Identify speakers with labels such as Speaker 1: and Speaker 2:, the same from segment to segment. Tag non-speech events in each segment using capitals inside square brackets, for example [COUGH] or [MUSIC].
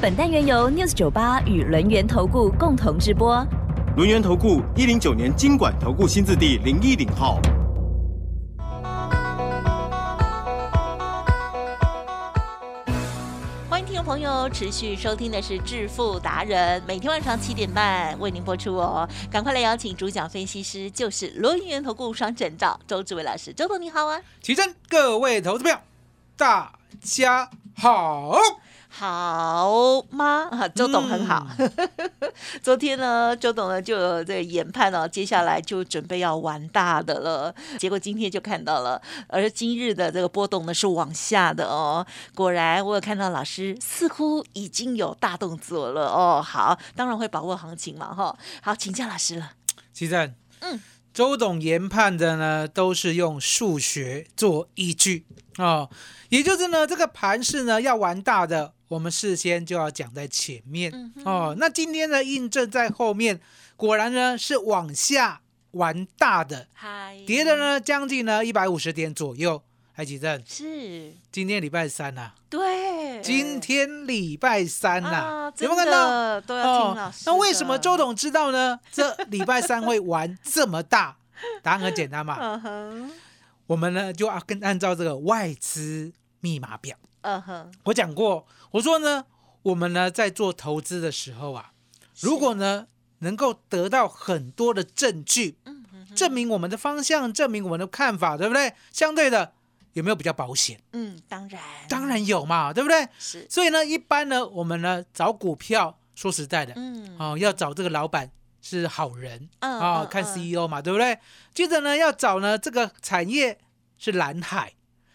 Speaker 1: 本单元由 News 九八与轮源投顾共同直播。
Speaker 2: 轮源投顾一零九年经管投顾新字第零一零号。
Speaker 3: 欢迎听众朋友持续收听的是《致富达人》，每天晚上七点半为您播出哦。赶快来邀请主讲分析师，就是轮源投顾双证照周志伟老师，周董你好啊！
Speaker 4: 提振各位投资票，大家好。
Speaker 3: 好吗？啊，周董很好。 [LAUGHS] 昨天呢，周董呢就有这个研判哦，接下来就准备要玩大的了。结果今天就看到了，而今日的这个波动呢是往下的哦。果然，我有看到老师似乎已经有大动作了哦。好，当然会把握行情嘛哈、好，请教老师了。
Speaker 4: 提振，
Speaker 3: 嗯，
Speaker 4: 周董研判的呢，都是用数学做依据哦，也就是呢，这个盘势呢要玩大的，我们事先就要讲在前面、
Speaker 3: 嗯哼
Speaker 4: 哦。那今天的印证在后面，果然呢是往下玩大的，
Speaker 3: 嗨，
Speaker 4: 跌的
Speaker 3: 嗯
Speaker 4: 呢将近呢一百五十点左右。哎，吉正，
Speaker 3: 是，
Speaker 4: 今天礼拜三呐、啊
Speaker 3: 对，
Speaker 4: 今天礼拜三呐、
Speaker 3: 啊，
Speaker 4: 有
Speaker 3: 真
Speaker 4: 没有看到？
Speaker 3: 的都要听老师的、
Speaker 4: 哦那为什么周董知
Speaker 3: [LAUGHS]
Speaker 4: 道呢？这礼拜三会玩这么大？答案很简单嘛，
Speaker 3: 嗯哼？
Speaker 4: 我们呢就要跟按照这个外资密码表。
Speaker 3: 嗯哼，
Speaker 4: 我讲过，我说呢，我们呢在做投资的时候啊，如果呢能够得到很多的证据，
Speaker 3: 嗯哼哼
Speaker 4: 证明我们的方向，证明我们的看法，对不对？相对的，有没有比较保险？
Speaker 3: 嗯，当然，
Speaker 4: 当然有嘛，对不对？
Speaker 3: 是，
Speaker 4: 所以呢，一般呢，我们呢找股票，说实在的，
Speaker 3: 嗯，
Speaker 4: 哦，要找这个老板是好人
Speaker 3: 嗯
Speaker 4: 啊、
Speaker 3: 嗯
Speaker 4: 看
Speaker 3: 嗯
Speaker 4: CEO 嘛，对不对？接着呢，要找呢这个产业是蓝海，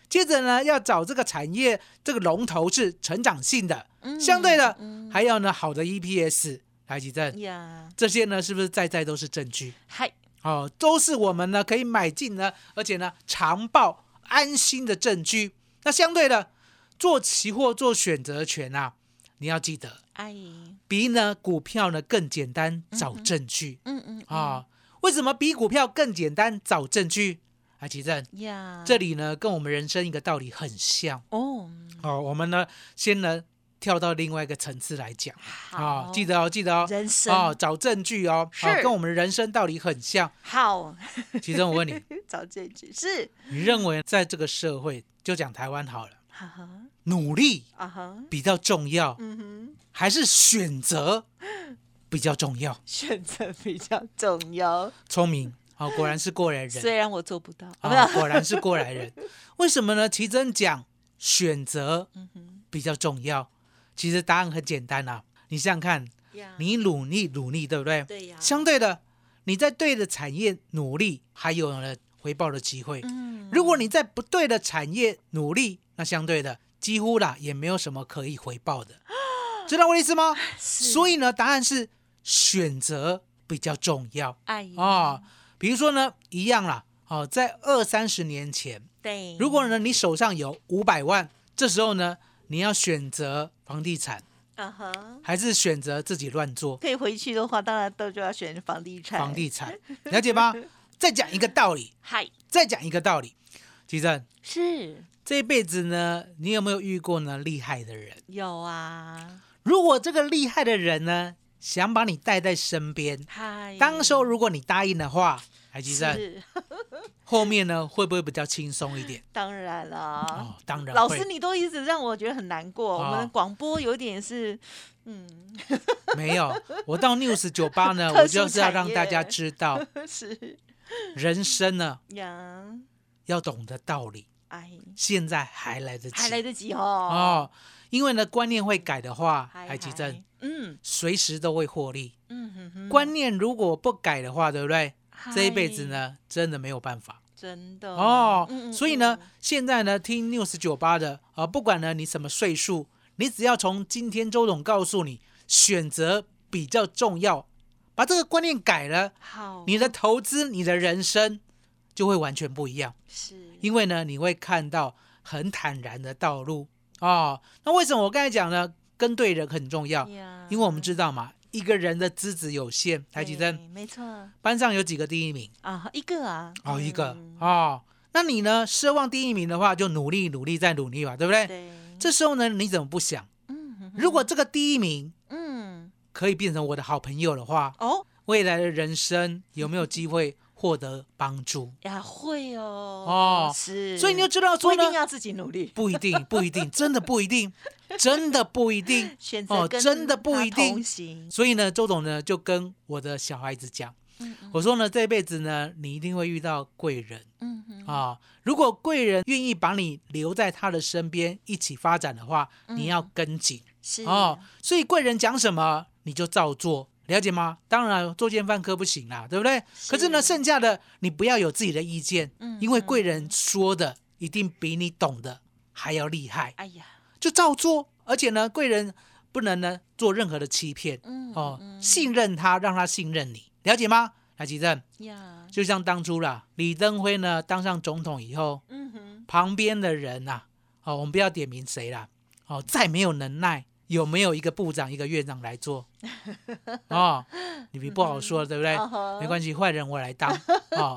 Speaker 4: 接着呢要找这个产业这个龙头是成长性的，
Speaker 3: 嗯
Speaker 4: 相对的
Speaker 3: 嗯
Speaker 4: 还要呢好的 EPS 来吉正，
Speaker 3: 呀，
Speaker 4: 这些呢是不是在在都是证据？
Speaker 3: 还
Speaker 4: 哦，都是我们呢可以买进呢，而且呢长报安心的证据。那相对的，做期货做选择权啊，你要记得
Speaker 3: 哎，
Speaker 4: 比呢股票呢更简单找
Speaker 3: 嗯
Speaker 4: 证据
Speaker 3: 嗯嗯
Speaker 4: 啊、为什么比股票更简单找证据？啊，奇正，
Speaker 3: 嗯呀，
Speaker 4: 这里呢跟我们人生一个道理很像
Speaker 3: 哦，
Speaker 4: 哦。我们呢先呢跳到另外一个层次来讲啊、
Speaker 3: 好，
Speaker 4: 记得哦，记得哦，
Speaker 3: 人生
Speaker 4: 哦，找证据哦，
Speaker 3: 是
Speaker 4: 好跟我们的人生道理很像。
Speaker 3: 好， [LAUGHS]
Speaker 4: 奇正，我问你，
Speaker 3: 找这句是，
Speaker 4: 你认为在这个社会，就讲台湾好了，
Speaker 3: 哈哈
Speaker 4: 努力
Speaker 3: 啊哈，
Speaker 4: 比较重要，
Speaker 3: 嗯哼，
Speaker 4: 还是选择比较重要？
Speaker 3: 选择比较重要，
Speaker 4: 聪明，哦，果然是过来人。
Speaker 3: 虽然我做不到，啊，不
Speaker 4: 啊，
Speaker 3: 是，
Speaker 4: 果然是过
Speaker 3: [LAUGHS]
Speaker 4: 来人。为什么呢？奇珍讲选择
Speaker 3: 嗯哼，
Speaker 4: 比较重要，其实答案很简单啊。你想想看，
Speaker 3: 呀，
Speaker 4: 你努力努力，对不对？
Speaker 3: 嗯对啊呀，
Speaker 4: 相对的，你在对的产业努力，还有了回报的机会。
Speaker 3: 嗯，
Speaker 4: 如果你在不对的产业努力，那相对的几乎啦也没有什么可以回
Speaker 3: [GASPS]
Speaker 4: 报的，知道我的意思吗？所
Speaker 3: 以
Speaker 4: 以呢，答案是选择比较重要。
Speaker 3: 哎呀
Speaker 4: 哦，比如说呢，一样啦，哦，在二三十年前，
Speaker 3: 对，
Speaker 4: 如果呢你手上有五百万，这时候呢你要选择房地产，
Speaker 3: 啊哈，
Speaker 4: 还是选择自己乱做
Speaker 3: 可以回去的话，当然都就要选房地产，
Speaker 4: 房，地产？了
Speaker 3: [LAUGHS]
Speaker 4: 解吗？再讲一个道理，
Speaker 3: 嗨，
Speaker 4: 再讲一个道理，其正，
Speaker 3: 是
Speaker 4: 这辈子呢，你有没有遇过呢厉害的人？
Speaker 3: 有啊，
Speaker 4: 如果这个厉害的人呢想把你带在身边，
Speaker 3: 嗨，
Speaker 4: 当时候如果你答应的话，还记得
Speaker 3: 是
Speaker 4: 后面呢会不会比较轻松一点？
Speaker 3: 当然了。
Speaker 4: 哦，当然
Speaker 3: 老
Speaker 4: 会
Speaker 3: 师，你都一直让我觉得很难过。我们的
Speaker 4: 哦
Speaker 3: 广播有点是，嗯，
Speaker 4: 没有，我到 news 酒吧呢，
Speaker 3: 特
Speaker 4: 我
Speaker 3: 殊
Speaker 4: 就是要
Speaker 3: 产
Speaker 4: 让
Speaker 3: 业
Speaker 4: 大家知道，
Speaker 3: [LAUGHS] 是
Speaker 4: 人生呢
Speaker 3: 呀，
Speaker 4: 要懂得道理，
Speaker 3: 哎，
Speaker 4: 现在还来得及，
Speaker 3: 还来得及哦。
Speaker 4: 哦，因为呢观念会改的话，
Speaker 3: 嗨，
Speaker 4: 海吉正
Speaker 3: 嗨，嗯
Speaker 4: 随时都会获利。
Speaker 3: 嗯哼哼，
Speaker 4: 观念如果不改的话，对不对？这一辈子
Speaker 3: 嗨，
Speaker 4: 呢，真的没有办法
Speaker 3: 真的
Speaker 4: 哦。
Speaker 3: 嗯嗯
Speaker 4: 所以呢
Speaker 3: 嗯，
Speaker 4: 现在呢，听 news 酒吧的啊、呃不管呢你什么岁数，你只要从今天周董告诉你选择比较重要，把这个观念改了，
Speaker 3: 好，
Speaker 4: 你的投资、你的人生就会完全不一样。
Speaker 3: 是
Speaker 4: 因为呢，你会看到很坦然的道路哦。那为什么我刚才讲呢？跟对人很重要，
Speaker 3: 呀
Speaker 4: 因为我们知道嘛，一个人的资质有限。台积
Speaker 3: 对
Speaker 4: 生
Speaker 3: 没错
Speaker 4: 班上有几个第一名？
Speaker 3: 啊，一个啊，
Speaker 4: 哦，一个
Speaker 3: 嗯
Speaker 4: 哦。那你呢？奢望第一名的话，就努力、努力再努力吧，对不对？
Speaker 3: 对，
Speaker 4: 这时候呢，你怎么不想？
Speaker 3: 嗯
Speaker 4: 如果这个第一名
Speaker 3: 嗯
Speaker 4: 可以变成我的好朋友的话，
Speaker 3: 哦
Speaker 4: 未来的人生有没有机会获得帮助？
Speaker 3: 呀会哦
Speaker 4: 哦
Speaker 3: 是，
Speaker 4: 所以你就知道
Speaker 3: 不
Speaker 4: 说
Speaker 3: 一
Speaker 4: 呢
Speaker 3: 定，要自己努力，
Speaker 4: 不一
Speaker 3: [LAUGHS]
Speaker 4: 定，不一定，真的不一定，真的不一定。
Speaker 3: 选择
Speaker 4: 哦，
Speaker 3: 跟
Speaker 4: 真的不
Speaker 3: 他
Speaker 4: 一
Speaker 3: 同
Speaker 4: 定。
Speaker 3: 行，
Speaker 4: 所以呢，周董呢就跟我的小孩子讲，
Speaker 3: 嗯
Speaker 4: 我说呢，这辈子呢，你一定会遇到贵人
Speaker 3: 嗯嗯
Speaker 4: 啊、如果贵人愿意把你留在他的身边一起发展的话，你要跟紧
Speaker 3: 嗯是
Speaker 4: 哦。所以贵人讲什么，你就照做。了解吗？当然，作奸犯科不行啦，对不对？可是呢，
Speaker 3: 是
Speaker 4: 剩下的你不要有自己的意见，
Speaker 3: 嗯
Speaker 4: 因为贵人说的一定比你懂的还要厉害。
Speaker 3: 哎呀，
Speaker 4: 就照做，而且呢，贵人不能呢做任何的欺骗
Speaker 3: 嗯
Speaker 4: 哦，
Speaker 3: 嗯
Speaker 4: 信任他，让他信任你，了解吗？来，吉正，
Speaker 3: 呀，
Speaker 4: 就像当初啦，李登辉呢当上总统以后，
Speaker 3: 嗯哼，
Speaker 4: 旁边的人呐、哦，我们不要点名谁啦，哦，再没有能耐，有没有一个部长、一个院长
Speaker 3: [LAUGHS]
Speaker 4: 来做？哦，你比不好说，对不
Speaker 3: 哎
Speaker 4: 对？
Speaker 3: 嗯哦
Speaker 4: 没关系，坏人我来当
Speaker 3: [LAUGHS]
Speaker 4: 哦，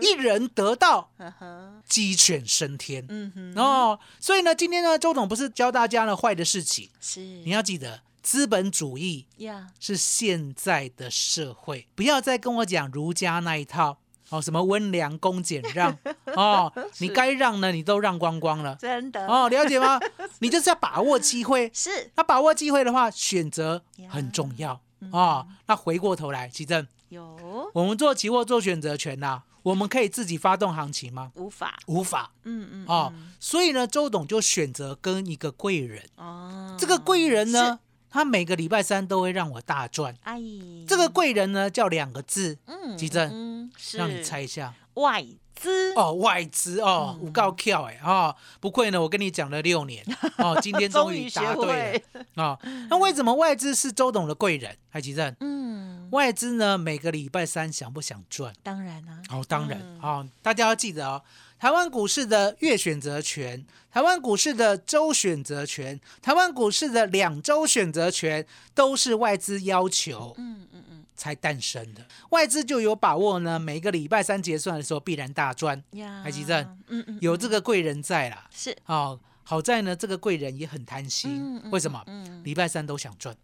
Speaker 4: 一人得道，
Speaker 3: 嗯哼，
Speaker 4: 鸡犬升天。
Speaker 3: 嗯哼，
Speaker 4: 哦，所以呢，今天呢，周董不是教大家呢坏的事情，
Speaker 3: 是
Speaker 4: 你要记得，资本主义
Speaker 3: 呀，
Speaker 4: 是现在的社会，不要再跟我讲儒家那一套哦，什么温良恭俭让哦，你该让呢，你都让光光了
Speaker 3: 真的
Speaker 4: 哦，了解吗？你就是要把握机会，
Speaker 3: 是
Speaker 4: 那把握机会的话，选择很重要
Speaker 3: 嗯
Speaker 4: 哦。那回过头来，奇正，
Speaker 3: 有
Speaker 4: 我们做期货做选择权呐、我们可以自己发动行情吗？
Speaker 3: 无法，
Speaker 4: 无法。
Speaker 3: 嗯嗯
Speaker 4: 哦
Speaker 3: 嗯，
Speaker 4: 所以呢，周董就选择跟一个贵人。
Speaker 3: 哦，
Speaker 4: 这个贵人呢，他每个礼拜三都会让我大赚。
Speaker 3: 哎，
Speaker 4: 这个贵人呢，叫两个字，
Speaker 3: 嗯，
Speaker 4: 吉正
Speaker 3: 嗯，是
Speaker 4: 让你猜一下
Speaker 3: 外资呃
Speaker 4: 哦，外资哦，
Speaker 3: 嗯
Speaker 4: 五告跳哎哦，不愧呢，我跟你讲了六年
Speaker 3: [LAUGHS]
Speaker 4: 哦，今天终于
Speaker 3: 学
Speaker 4: 答对
Speaker 3: 会，
Speaker 4: 了哦。那为什么外资是周董的贵人？哎，吉正，
Speaker 3: 嗯，
Speaker 4: 外资呢每个礼拜三想不想赚？
Speaker 3: 当然啊，
Speaker 4: 哦，当然
Speaker 3: 嗯
Speaker 4: 哦，大家要记得哦，台湾股市的月选择权、台湾股市的周选择权、台湾股市的两周选择权，都是外资要求
Speaker 3: 嗯嗯嗯
Speaker 4: 才诞生的。外资就有把握呢，每个礼拜三结算的时候必然大赚，
Speaker 3: 呀，
Speaker 4: 台积电
Speaker 3: 嗯嗯
Speaker 4: 哎有这个贵人在啦。
Speaker 3: 是
Speaker 4: 哦，好在呢，这个贵人也很贪心，为什么？
Speaker 3: 嗯，
Speaker 4: 礼拜三都想赚，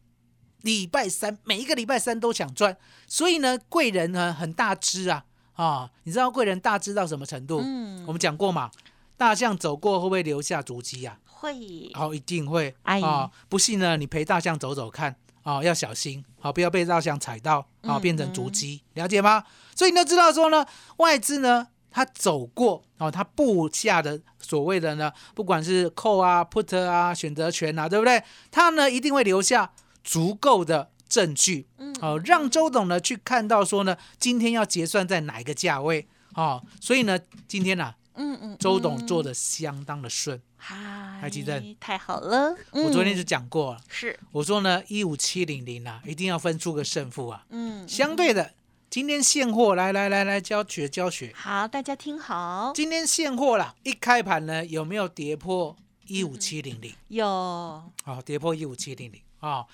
Speaker 4: 礼拜三每一个礼拜三都想赚，所以呢，贵人呢很大只啊啊、你知道贵人大只到什么程度？
Speaker 3: 嗯
Speaker 4: 我们讲过嘛，大象走过会不会留下足迹呀、
Speaker 3: 会
Speaker 4: 啊？哦，一定会啊、
Speaker 3: 哎
Speaker 4: 不信呢，你陪大象走走看啊、要小心，好、不要被大象踩到啊、
Speaker 3: 嗯
Speaker 4: 变成足迹，了解吗？所以你就知道说呢，外资呢。他走过哦，他布下的所谓的呢，不管是扣啊、put 啊、选择权啊，对不对？他呢一定会留下足够的证据，
Speaker 3: 嗯
Speaker 4: 哦，让周董呢去看到说呢，今天要结算在哪一个价位，哦，所以呢，今天呢、啊，
Speaker 3: 嗯嗯，
Speaker 4: 周董做
Speaker 3: 的，
Speaker 4: 的相当的顺，
Speaker 3: 嗨，
Speaker 4: 台积电
Speaker 3: 太好了，
Speaker 4: 我昨天
Speaker 3: 嗯
Speaker 4: 就讲过了，
Speaker 3: 是
Speaker 4: 我说呢，一五七零零啊，一定要分出个胜负啊，
Speaker 3: 嗯，
Speaker 4: 相对的，今天现货来来来来教学教学，
Speaker 3: 好，大家听好，
Speaker 4: 今天现货啦，一开盘呢有没有跌
Speaker 3: 嗯
Speaker 4: 破一五七零零？
Speaker 3: 有啊
Speaker 4: 好、跌破一五七零零啊，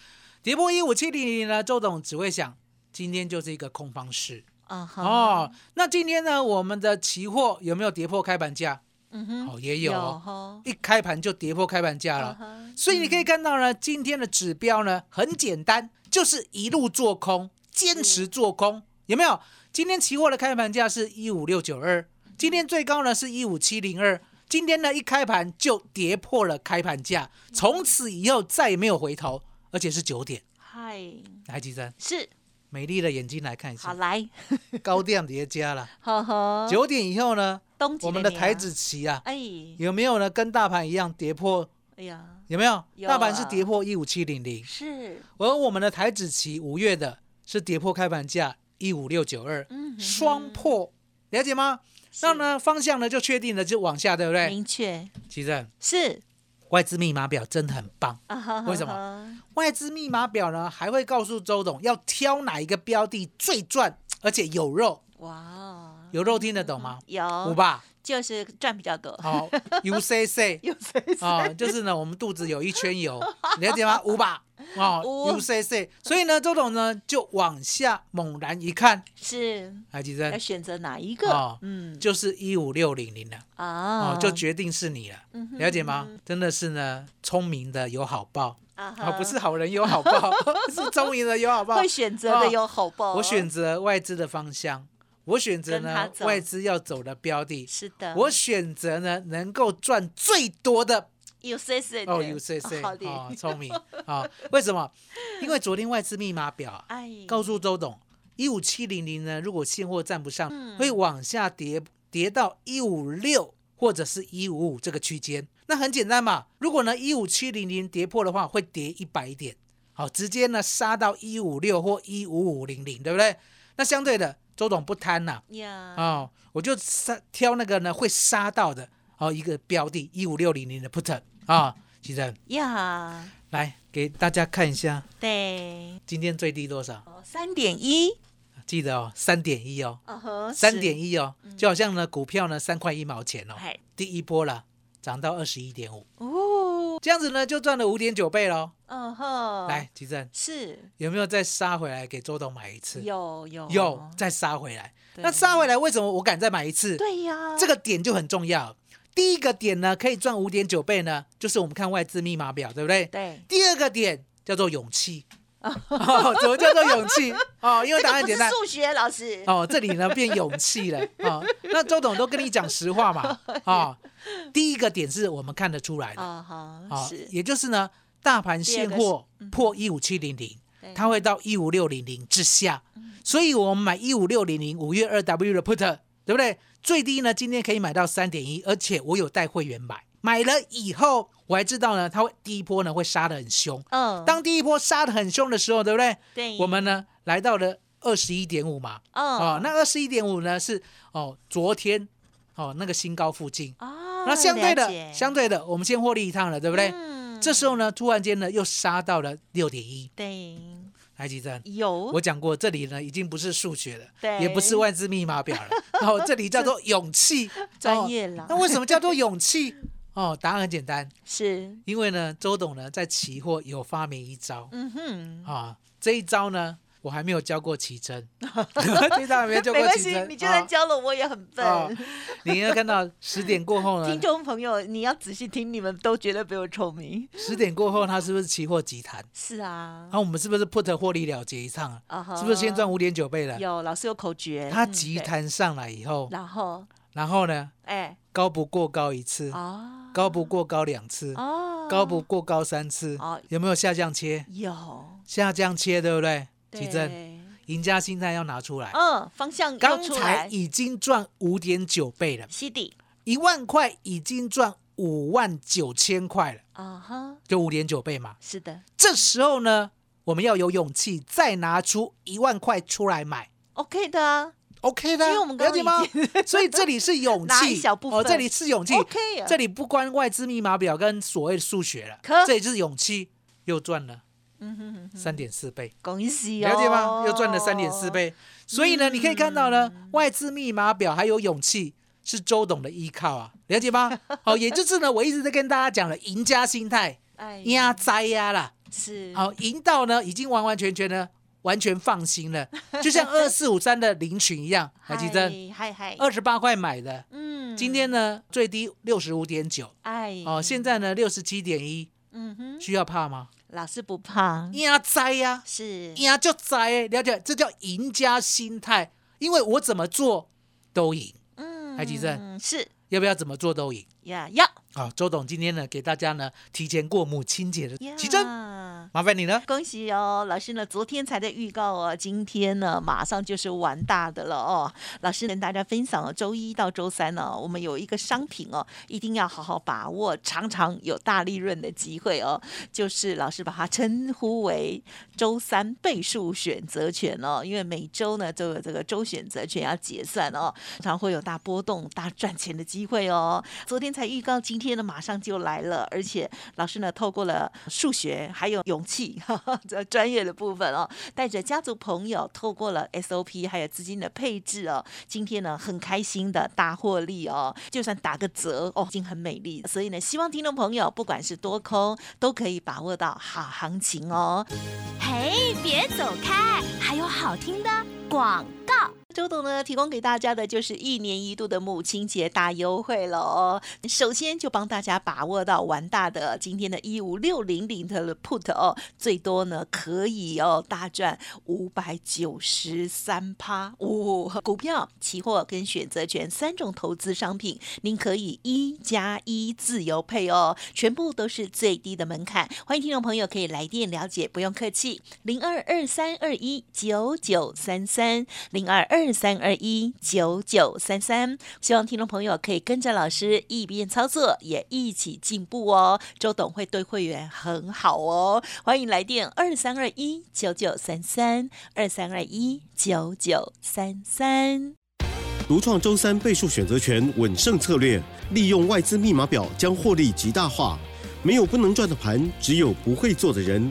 Speaker 4: 跌破一五七零零呢，周董只会想，今天就是一个空方式
Speaker 3: 啊哈，
Speaker 4: 哦。那今天呢，我们的期货有没有跌破开盘价？
Speaker 3: 嗯哼，
Speaker 4: 哦，也有哦，
Speaker 3: 哈，
Speaker 4: 一开盘就跌破开盘价
Speaker 3: 啊
Speaker 4: 了。
Speaker 3: 哈
Speaker 4: 所以你可以看到呢，今天的指标呢很简单，就是一路做空，坚持做空，有没有？今天期货的开盘价是一五六九二，今天最高呢是一五七零二，今天呢一开盘就跌破了开盘价，从此以后再也没有回头，而且是九点。
Speaker 3: 嗨，
Speaker 4: 来，吉珍，
Speaker 3: 是
Speaker 4: 美丽的眼睛来看一
Speaker 3: 好哦
Speaker 4: 下，
Speaker 3: 来，
Speaker 4: 高点叠加了。
Speaker 3: 呵呵，
Speaker 4: 九点以后呢，
Speaker 3: 冬季
Speaker 4: 我们的台，子期啊，
Speaker 3: 啊哎，
Speaker 4: 有没有呢？跟大盘一样跌破？
Speaker 3: 哎呀，
Speaker 4: 有没有？
Speaker 3: 有
Speaker 4: 大盘是
Speaker 3: 啊
Speaker 4: 跌破一五七零零，
Speaker 3: 是，
Speaker 4: 而我们的台子期五月的是跌破开盘价一五六九二，
Speaker 3: 嗯哼哼
Speaker 4: 双破，了哎解吗？那呢方向呢就确定了，就往下，对不对？
Speaker 3: 明确
Speaker 4: 其正，
Speaker 3: 是啊
Speaker 4: 外资密码表真的很棒。为什
Speaker 3: 么？
Speaker 4: 外资密码表呢，还会告诉周董要挑哪一个标的最赚，而且有肉。
Speaker 3: 哇，哦
Speaker 4: 有肉听得懂吗？五
Speaker 3: 有，
Speaker 4: 吧，
Speaker 3: 就是赚比较多。
Speaker 4: 好、哦、，UCC
Speaker 3: [LAUGHS] 有谁谁
Speaker 4: 啊、就是呢，我们肚子有一
Speaker 3: [LAUGHS]
Speaker 4: 圈油，你了解吗？五吧，哦
Speaker 3: 五
Speaker 4: ，UCC，所以呢，周董呢就往下猛然一看，
Speaker 3: 是
Speaker 4: 哎，吉
Speaker 3: 要
Speaker 4: 珍
Speaker 3: 选择哪一个？
Speaker 4: 哦
Speaker 3: 嗯
Speaker 4: 就是一五六零零了，
Speaker 3: 啊
Speaker 4: 哦，就决定是你了，
Speaker 3: 嗯
Speaker 4: 了解吗？真的是呢，聪明的有好报，
Speaker 3: 啊哈
Speaker 4: 啊，不是好人有好报， [LAUGHS] 是聪明的有好报
Speaker 3: 会。选择的
Speaker 4: 哦
Speaker 3: 有好报。
Speaker 4: 我选择外资的方向，我选择
Speaker 3: 跟他
Speaker 4: 呢
Speaker 3: 走
Speaker 4: 外资要走的标的，
Speaker 3: 是啊的，
Speaker 4: 我选择呢能够赚最多的
Speaker 3: 有谁谁
Speaker 4: 哦
Speaker 3: 的
Speaker 4: ，UCC
Speaker 3: 好的，
Speaker 4: 哦，聪明啊、哦为什么？因为昨天外资密码表啊、
Speaker 3: 哎，
Speaker 4: 告诉周董，一五七零零呢，如果现货站不上，
Speaker 3: 嗯
Speaker 4: 会往下跌，跌到一五六或者是一五五这个区间。那很简单嘛，如果呢一五七零零跌破的话，会跌一百点，好，直接呢杀到一五六或一五五零零，对不对？那相对的，周董不贪呐、
Speaker 3: 呀，
Speaker 4: 哦，我就杀挑那个呢会杀到的哦，一个标的一五六零零的 put 啊，其实
Speaker 3: 呀，
Speaker 4: 来给大家看一下，
Speaker 3: 对，
Speaker 4: 今天最低多少？
Speaker 3: 哦，三点一，
Speaker 4: 记得哦，三点一哦，
Speaker 3: 哦呵，
Speaker 4: 三点一哦，
Speaker 3: 嗯
Speaker 4: 就好像呢股票呢三块一毛钱哦，
Speaker 3: 哎，
Speaker 4: 第一波啦，涨到二十一点五，
Speaker 3: 哦，
Speaker 4: 这样子呢就赚了五点九倍喽。
Speaker 3: 嗯哼，
Speaker 4: 来，吉正
Speaker 3: 是
Speaker 4: 有没有再杀回来给周董买一次？
Speaker 3: 有有
Speaker 4: 有，再杀回来。
Speaker 3: 对
Speaker 4: 那杀回来为什么我敢再买一次？
Speaker 3: 对啊呀，
Speaker 4: 这个点就很重要。第一个点呢，可以赚五点九倍呢，就是我们看外资密码表，对不对？
Speaker 3: 对，
Speaker 4: 第二个点叫做勇气。哦，怎么叫做勇气？哦，因为答案
Speaker 3: 不
Speaker 4: 简
Speaker 3: 是
Speaker 4: 单。
Speaker 3: 数学老师，
Speaker 4: 哦，这里呢变勇气了哦。那周董都跟你讲实话嘛。
Speaker 3: [LAUGHS]
Speaker 4: 哦，第一个点是我们看得出来的。哦
Speaker 3: 啊哈，是
Speaker 4: 也就是呢，大盘现
Speaker 3: 第二嗯
Speaker 4: 货破一五七零零
Speaker 3: 对，嗯
Speaker 4: 它会到一五六零零之下，所以我们买一五六零零五月二 W 的 put，对不对？最低呢，今天可以买到三点一，而且我有带会员买，买了以后我还知道呢，它会第一波呢会杀得很凶，
Speaker 3: 嗯，
Speaker 4: 当第一波杀得很凶的时候，对不对？
Speaker 3: 对
Speaker 4: 我们呢来到了二十一点五嘛，哦
Speaker 3: 哦，
Speaker 4: 那二十一点五呢是哦昨天哦那个新高附近，
Speaker 3: 啊，
Speaker 4: 那相对
Speaker 3: 了
Speaker 4: 的
Speaker 3: 解
Speaker 4: 相对的，我们先获利一趟了，对不对？
Speaker 3: 嗯
Speaker 4: 这时候呢，突然间呢又杀到了六点一，
Speaker 3: 对
Speaker 4: 来吉珍，
Speaker 3: 有
Speaker 4: 我讲过这里呢已经不是数学了，
Speaker 3: 对
Speaker 4: 也不是万字密码表了，哦，这里叫做勇
Speaker 3: [LAUGHS]
Speaker 4: 气，
Speaker 3: 专业了
Speaker 4: 哦那为什么叫做勇气？哦，答案很简单，
Speaker 3: 是
Speaker 4: 因为呢，周董呢在期货有发明一招啊、
Speaker 3: 嗯哼，
Speaker 4: 这一招呢我还没有教过奇
Speaker 3: [LAUGHS]
Speaker 4: 珍， [LAUGHS] 这一招还 [LAUGHS] 没有教
Speaker 3: 没
Speaker 4: 过
Speaker 3: 关
Speaker 4: 奇
Speaker 3: 系，
Speaker 4: 珍，
Speaker 3: 你就算
Speaker 4: 哦
Speaker 3: 教了我也很笨。
Speaker 4: 哦你应该看到十点过后呢
Speaker 3: [LAUGHS] 听，众朋友，你要仔细听，你们都觉得比我聪明。
Speaker 4: 十点过后它是不是期货急弹？
Speaker 3: [LAUGHS] 是啊
Speaker 4: 然，后我们是不是 put 获利了结一趟啊？
Speaker 3: 啊哈
Speaker 4: 是不是先赚五点九倍了？
Speaker 3: 有老师有口诀，
Speaker 4: 它
Speaker 3: 嗯
Speaker 4: 急，
Speaker 3: 对
Speaker 4: 弹上来以后，
Speaker 3: 然后
Speaker 4: 然后呢， [LAUGHS]
Speaker 3: 哎
Speaker 4: 高不过高一次，
Speaker 3: 啊
Speaker 4: 高不过高两次，
Speaker 3: 哦，
Speaker 4: 高不过高三次
Speaker 3: 哦，
Speaker 4: 有没有下降切？
Speaker 3: 有
Speaker 4: 下降切对不对？
Speaker 3: 对
Speaker 4: 奇正，赢家心态要拿出来。
Speaker 3: 嗯，方向要
Speaker 4: 刚
Speaker 3: 出
Speaker 4: 才
Speaker 3: 来，
Speaker 4: 已经赚五点九倍了，
Speaker 3: 西底
Speaker 4: 一万块已经赚五万九千块了，
Speaker 3: 啊哈，
Speaker 4: 就五点九倍嘛。
Speaker 3: 是的
Speaker 4: 这时候呢，我们要有勇气再拿出一万块出来买。
Speaker 3: ，OK 的啊，
Speaker 4: OK 的，
Speaker 3: 因为我们刚
Speaker 4: 了
Speaker 3: 刚
Speaker 4: 解吗
Speaker 3: 已经？
Speaker 4: 所以这里
Speaker 3: [LAUGHS]
Speaker 4: 是勇
Speaker 3: 拿
Speaker 4: 气，
Speaker 3: 一小部分
Speaker 4: 哦，这里是勇气
Speaker 3: OK 啊
Speaker 4: 这里不关外资密码表跟所谓的数学了
Speaker 3: 可，
Speaker 4: 这里就是勇气，又赚了，三点四倍，
Speaker 3: 嗯恭喜哦，
Speaker 4: 了解吗？又赚了三点四，倍，所以
Speaker 3: 嗯
Speaker 4: 呢，你可以看到呢，外资密码表还有勇气。是周董的依靠啊，了
Speaker 3: [LAUGHS]
Speaker 4: 解吗？好、也就是呢，我一直在跟大家讲了，赢家心态，
Speaker 3: 哎，
Speaker 4: 压灾呀啦，
Speaker 3: 是
Speaker 4: 好，赢到呢已经完完全全呢，完全放
Speaker 3: [LAUGHS]
Speaker 4: 心了，就像二四五三的林群一样，
Speaker 3: 嗨，
Speaker 4: 海基珍
Speaker 3: 嗨嗨，
Speaker 4: 二十八块买的，
Speaker 3: 嗯，
Speaker 4: 今天呢最低六十五点九，
Speaker 3: 哎，
Speaker 4: 哦，现在呢六十七点一，
Speaker 3: 嗯哼，
Speaker 4: 需要怕吗？
Speaker 3: 老师不怕，
Speaker 4: 压灾呀，
Speaker 3: 是
Speaker 4: 压啊就灾，了解？这叫赢家心态，因为我怎么做都赢，
Speaker 3: 嗯，
Speaker 4: 海基正
Speaker 3: 是
Speaker 4: 要不要怎么做都赢？
Speaker 3: 呀呀，
Speaker 4: 好，周董今天呢给大家呢提前过母亲节的奇珍。
Speaker 3: 呀呀。
Speaker 4: 麻烦你了。
Speaker 3: 恭喜哦，老师呢，昨天才在预告哦，今天呢，马上就是玩大的了哦。老师跟大家分享哦，周一到周三呢、我们有一个商品哦，一定要好好把握，常常有大利润的机会哦。就是老师把它称呼为周三倍数选择权哦，因为每周呢都有这个周选择权要结算哦，常会有大波动、大赚钱的机会哦。昨天才预告，今天呢马上就来了，而且老师呢透过了数学还有勇气 [LAUGHS] 哈哈，这专业的部分哦，带着家族朋友透过了 SOP 还有资金的配置哦，今天呢很开心的大获利哦，就算打个折哦，已经很美丽。所以呢，希望听众朋友不管是多空都可以把握到好行情哦。
Speaker 1: 嘿，别走开，还有好听的广告。
Speaker 3: 周董呢，提供给大家的就是一年一度的母亲节大优惠了哦。首先就帮大家把握到完大的今天的一五六零零的 put 哦，最多呢可以哦大赚五百九十三趴哦。股票、期货跟选择权三种投资商品，您可以一加一自由配哦，全部都是最低的门槛。欢迎听众朋友可以来电了解，不用客气，零二二三二一九九三三零二二三二一九九三三。希望听众朋友可以跟着老师一边操作，也一起进步哦。周董会对会员很好哦，欢迎来电二三二一九九三三二三二一九九三三。
Speaker 2: 独创周三倍数选择权稳胜策略，利用外资密码表将获利极大化。没有不能赚的盘，只有不会做的人。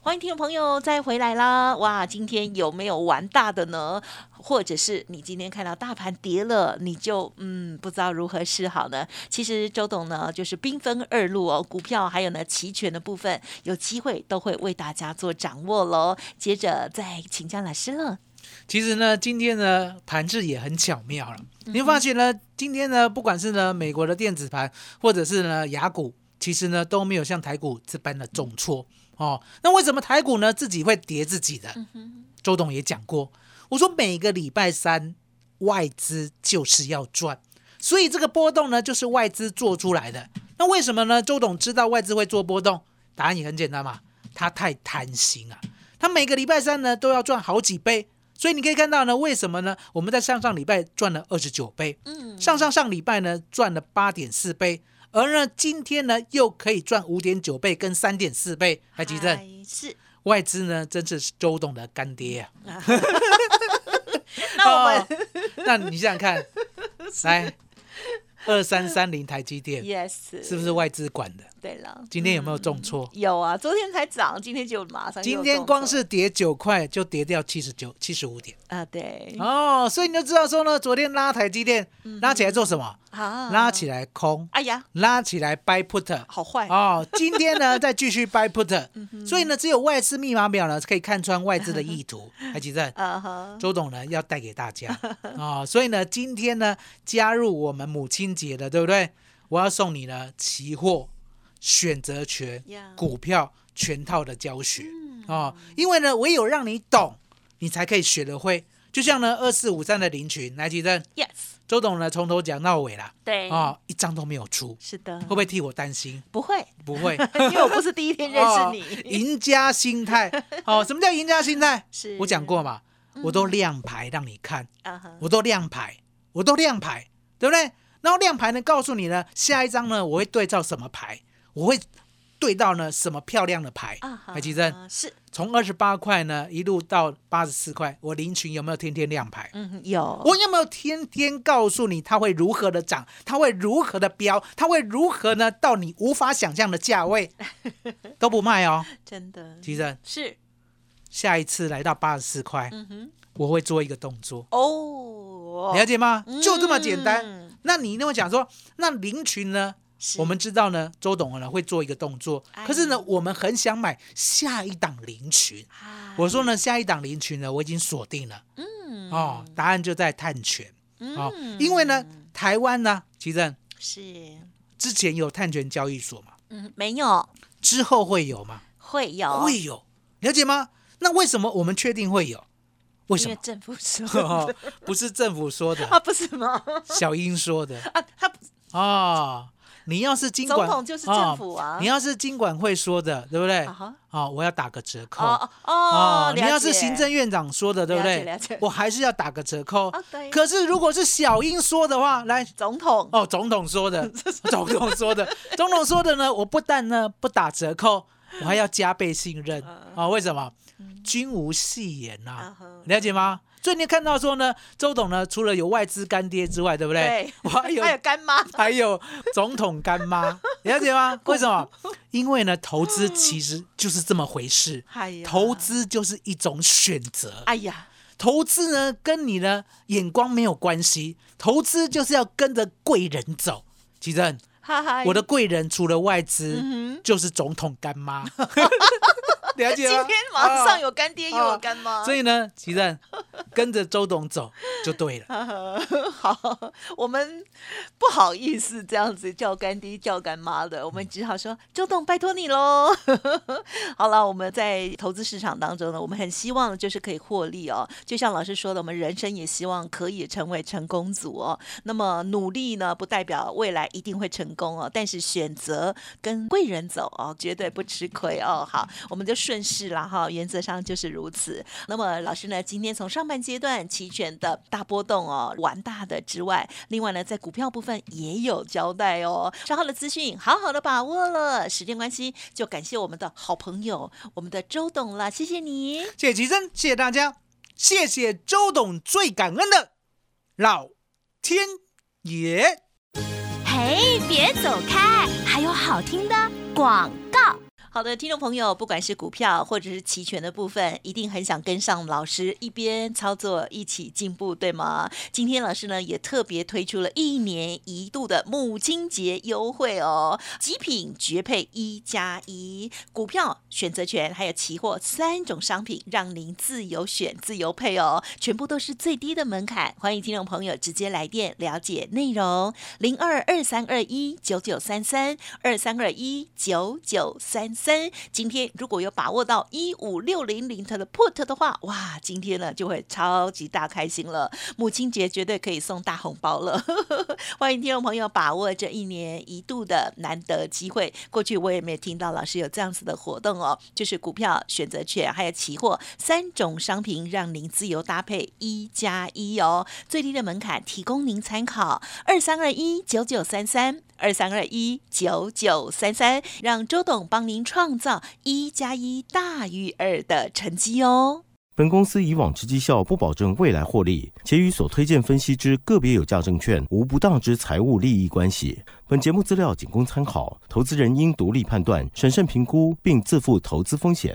Speaker 3: 欢迎听众朋友再回来啦！哇，今天有没有玩大的呢？或者是你今天看到大盘跌了，你就嗯不知道如何是好呢？其实周董呢就是兵分二路哦，股票还有呢期权的部分，有机会都会为大家做掌握喽。接着再请教老师了，
Speaker 4: 其实呢，今天呢盘势也很巧妙了。你会发现呢，今天呢，不管是呢美国的电子盘，或者是呢雅股，其实呢都没有像台股这般的重挫哦。那为什么台股呢自己会跌自己的？周董也讲过，我说每个礼拜三外资就是要赚，所以这个波动呢就是外资做出来的。那为什么呢？周董知道外资会做波动，答案也很简单嘛，他太贪心啊。他每个礼拜三呢都要赚好几倍，所以你可以看到呢，为什么呢？我们在上上礼拜赚了二十九倍，
Speaker 3: 嗯，
Speaker 4: 上上上礼拜呢赚了八点四倍，而呢今天呢又可以赚五点九倍跟三点四倍，还记得
Speaker 3: 是。
Speaker 4: 外资呢真是周董的干爹啊！
Speaker 3: [LAUGHS] 嗯那我们、
Speaker 4: 哦那你想想看，
Speaker 3: [LAUGHS]
Speaker 4: 来二三三零台积电
Speaker 3: yes
Speaker 4: 是不是外资管的？
Speaker 3: 对了？
Speaker 4: 今天有没有重挫？
Speaker 3: 有啊，昨天才涨，今天就马上又
Speaker 4: 今天
Speaker 3: 动
Speaker 4: 光
Speaker 3: 作
Speaker 4: 是跌九块就跌掉七十九、七十五点。
Speaker 3: 啊，对
Speaker 4: 哦，所以你就知道说呢，昨天拉台积电
Speaker 3: 嗯
Speaker 4: 拉起来做什么？
Speaker 3: 啊
Speaker 4: 拉起来空，
Speaker 3: 哎呀，
Speaker 4: 拉起来 buy put。
Speaker 3: 好坏
Speaker 4: 哦，今天呢再继续 buy put，所以呢只有外资密码表呢可以看穿外资的意图。还记得
Speaker 3: 啊哈，
Speaker 4: 周董呢要带给大家哦，所以呢今天呢加入我们母亲节的，对不对？我要送你呢期货、选择权
Speaker 3: Yeah、
Speaker 4: 股票全套的教学哦，因为呢唯有让你懂，你才可以学得会。就像呢二四五三的林群来吉正，
Speaker 3: Yes，
Speaker 4: 周董呢从头讲到尾啦，
Speaker 3: 对
Speaker 1: 啊
Speaker 4: 哦，一张都没有出，
Speaker 3: 是的，
Speaker 4: 会不会替我担心？
Speaker 3: 不会？ [LAUGHS]
Speaker 4: 不会，
Speaker 3: 因为我不是第一天认识
Speaker 4: 哦
Speaker 3: 你，
Speaker 4: 赢家心态。哦，什么叫赢家心态？
Speaker 3: [LAUGHS] 是嗯
Speaker 4: 我讲过嘛，我都亮牌让你看，
Speaker 3: 啊哈，
Speaker 4: 我都亮牌，我都亮牌，对不对？然后亮牌呢，告诉你呢，下一张呢，我会对照什么牌，我会对到呢什么漂亮的牌
Speaker 3: 啊哈，。
Speaker 4: 还记得
Speaker 3: 是，
Speaker 4: 从二十八块呢一路到八十四块，我林群有没有天天亮牌？
Speaker 3: 嗯，有，
Speaker 4: 我有没有天天告诉你它会如何的涨，它会如何的飙，它会如何呢到你无法想象的价
Speaker 3: [LAUGHS]
Speaker 4: 位，都不卖哦，
Speaker 3: 真的
Speaker 4: 其实
Speaker 3: 是，
Speaker 4: 下一次来到八十四块，
Speaker 3: 嗯哼，
Speaker 4: 我会做一个动作，
Speaker 3: 哦，
Speaker 4: 了解吗？就这么简单。
Speaker 3: 嗯，
Speaker 4: 那你一定会讲说，那林群呢？
Speaker 3: 是
Speaker 4: 我们知道呢，周董呢会做一个动作
Speaker 3: 哎，
Speaker 4: 可是呢，我们很想买下一档林群。
Speaker 3: 啊
Speaker 4: 我说呢，下一档林群呢，我已经锁定了。
Speaker 3: 嗯
Speaker 4: 嗯，哦，答案就在探权。哦，因为呢，台湾呢，其实
Speaker 3: 是，
Speaker 4: 之前有碳权交易所嘛，
Speaker 3: 嗯，没有，
Speaker 4: 之后会有吗？
Speaker 3: 会有，
Speaker 4: 会有，了解吗？那为什么我们确定会有？为什
Speaker 3: 因为
Speaker 4: 么？
Speaker 3: 政府说
Speaker 4: [LAUGHS] 哦不是政府说
Speaker 3: [LAUGHS] 啊，
Speaker 4: 的，
Speaker 3: 不是吗？
Speaker 4: 小英说的
Speaker 3: 啊，他
Speaker 4: 啊、哦你要是经
Speaker 3: 总
Speaker 4: 管，
Speaker 3: 统就是政府啊
Speaker 4: 哦你要是经管会说的，对不对？
Speaker 3: 啊哈
Speaker 4: 哦，我要打个折扣。啊
Speaker 3: 哦哦哦，
Speaker 4: 你
Speaker 3: 了
Speaker 4: 要是
Speaker 3: 解
Speaker 4: 行政院长说的，对不
Speaker 3: 了解了解
Speaker 4: 对？我还是要打个折扣
Speaker 3: 哦对。
Speaker 4: 可是如果是小英说的话，来，
Speaker 3: 总统
Speaker 4: [LAUGHS] 哦，总统
Speaker 3: [LAUGHS]
Speaker 4: 说的，总统说的，总统说的呢，我不但呢不打折扣，我还要加倍信任
Speaker 3: 嗯
Speaker 4: 啊、哦为什么？君无戏言呐、
Speaker 3: 啊哈
Speaker 4: 了解吗？所以你看到说呢，周董呢，除了有外资干爹之外，对不对？我还
Speaker 3: [LAUGHS]
Speaker 4: 有
Speaker 3: 还有干妈，
Speaker 4: 还有总统干
Speaker 3: [LAUGHS]
Speaker 4: 妈，了解吗？为什么？因为呢，投资其实就是这么回事。
Speaker 3: 哎呀，
Speaker 4: 投，资就是一种选择，
Speaker 3: 哎呀，
Speaker 4: 投资呢跟你呢眼光没有关系，投资就是要跟着贵人走。其正，
Speaker 3: 哈哈，
Speaker 4: 我的贵人除了外资，
Speaker 3: 嗯
Speaker 4: 就是总统干
Speaker 3: [LAUGHS]
Speaker 4: 妈，了
Speaker 3: 今
Speaker 4: 解吗？
Speaker 3: 天马上
Speaker 4: 啊
Speaker 3: 有干爹又
Speaker 4: 啊
Speaker 3: 有干妈，
Speaker 4: 所以呢，其正跟着周董走就对了。
Speaker 3: [LAUGHS] 好，我们不好意思这样子叫干爹叫干妈
Speaker 4: 嗯
Speaker 3: 的，我们只好说周董拜托你喽。 [LAUGHS] 好了，我们在投资市场当中呢，我们很希望就是可以获利哦，就像老师说的，我们人生也希望可以成为成功族哦。那么努力呢，不代表未来一定会成功哦，但是选择跟贵人走哦，绝对不吃亏哦。好，我们就顺势啦哈，原则上就是如此。那么老师呢，今天从上半阶段期权的大波动哦，玩大的之外，另外呢，在股票部分也有交代哦。稍后的资讯，好好的把握了。时间关系，就感谢我们的好朋友，我们的周董了，谢谢你。
Speaker 4: 谢谢齐正，谢谢大家，谢谢周董，最感恩的老天爷。
Speaker 1: 嘿，别走开，还有好听的广告。
Speaker 3: 好的，听众朋友，不管是股票或者是期权的部分，一定很想跟上老师一边操作一起进步，对吗？今天老师呢也特别推出了一年一度的母亲节优惠哦，极品绝配一加一，股票、选择权还有期货三种商品，让您自由选、自由配哦，全部都是最低的门槛。欢迎听众朋友直接来电了解内容，零二二三二一九九三三二三二一九九三三。今天如果有把握到一五六零零它的 put 的话，哇，今天呢就会超级大开心了。母亲节绝对可以送大红包了。 [LAUGHS] 欢迎听众朋友把握这一年一度的难得机会。过去我也没有听到老师有这样子的活动哦，就是股票、选择权还有期货三种商品，让您自由搭配一加一哦，最低的门槛提供您参考。二三二一九九三三二三二一九九三三，让周董帮您创造一加一大于二的成绩哦。
Speaker 2: 本公司以往之绩效不保证未来获利，且与所推荐分析之个别有价证券无不当之财务利益关系。本节目资料仅供参考，投资人应独立判断、审慎评估，并自负投资风险。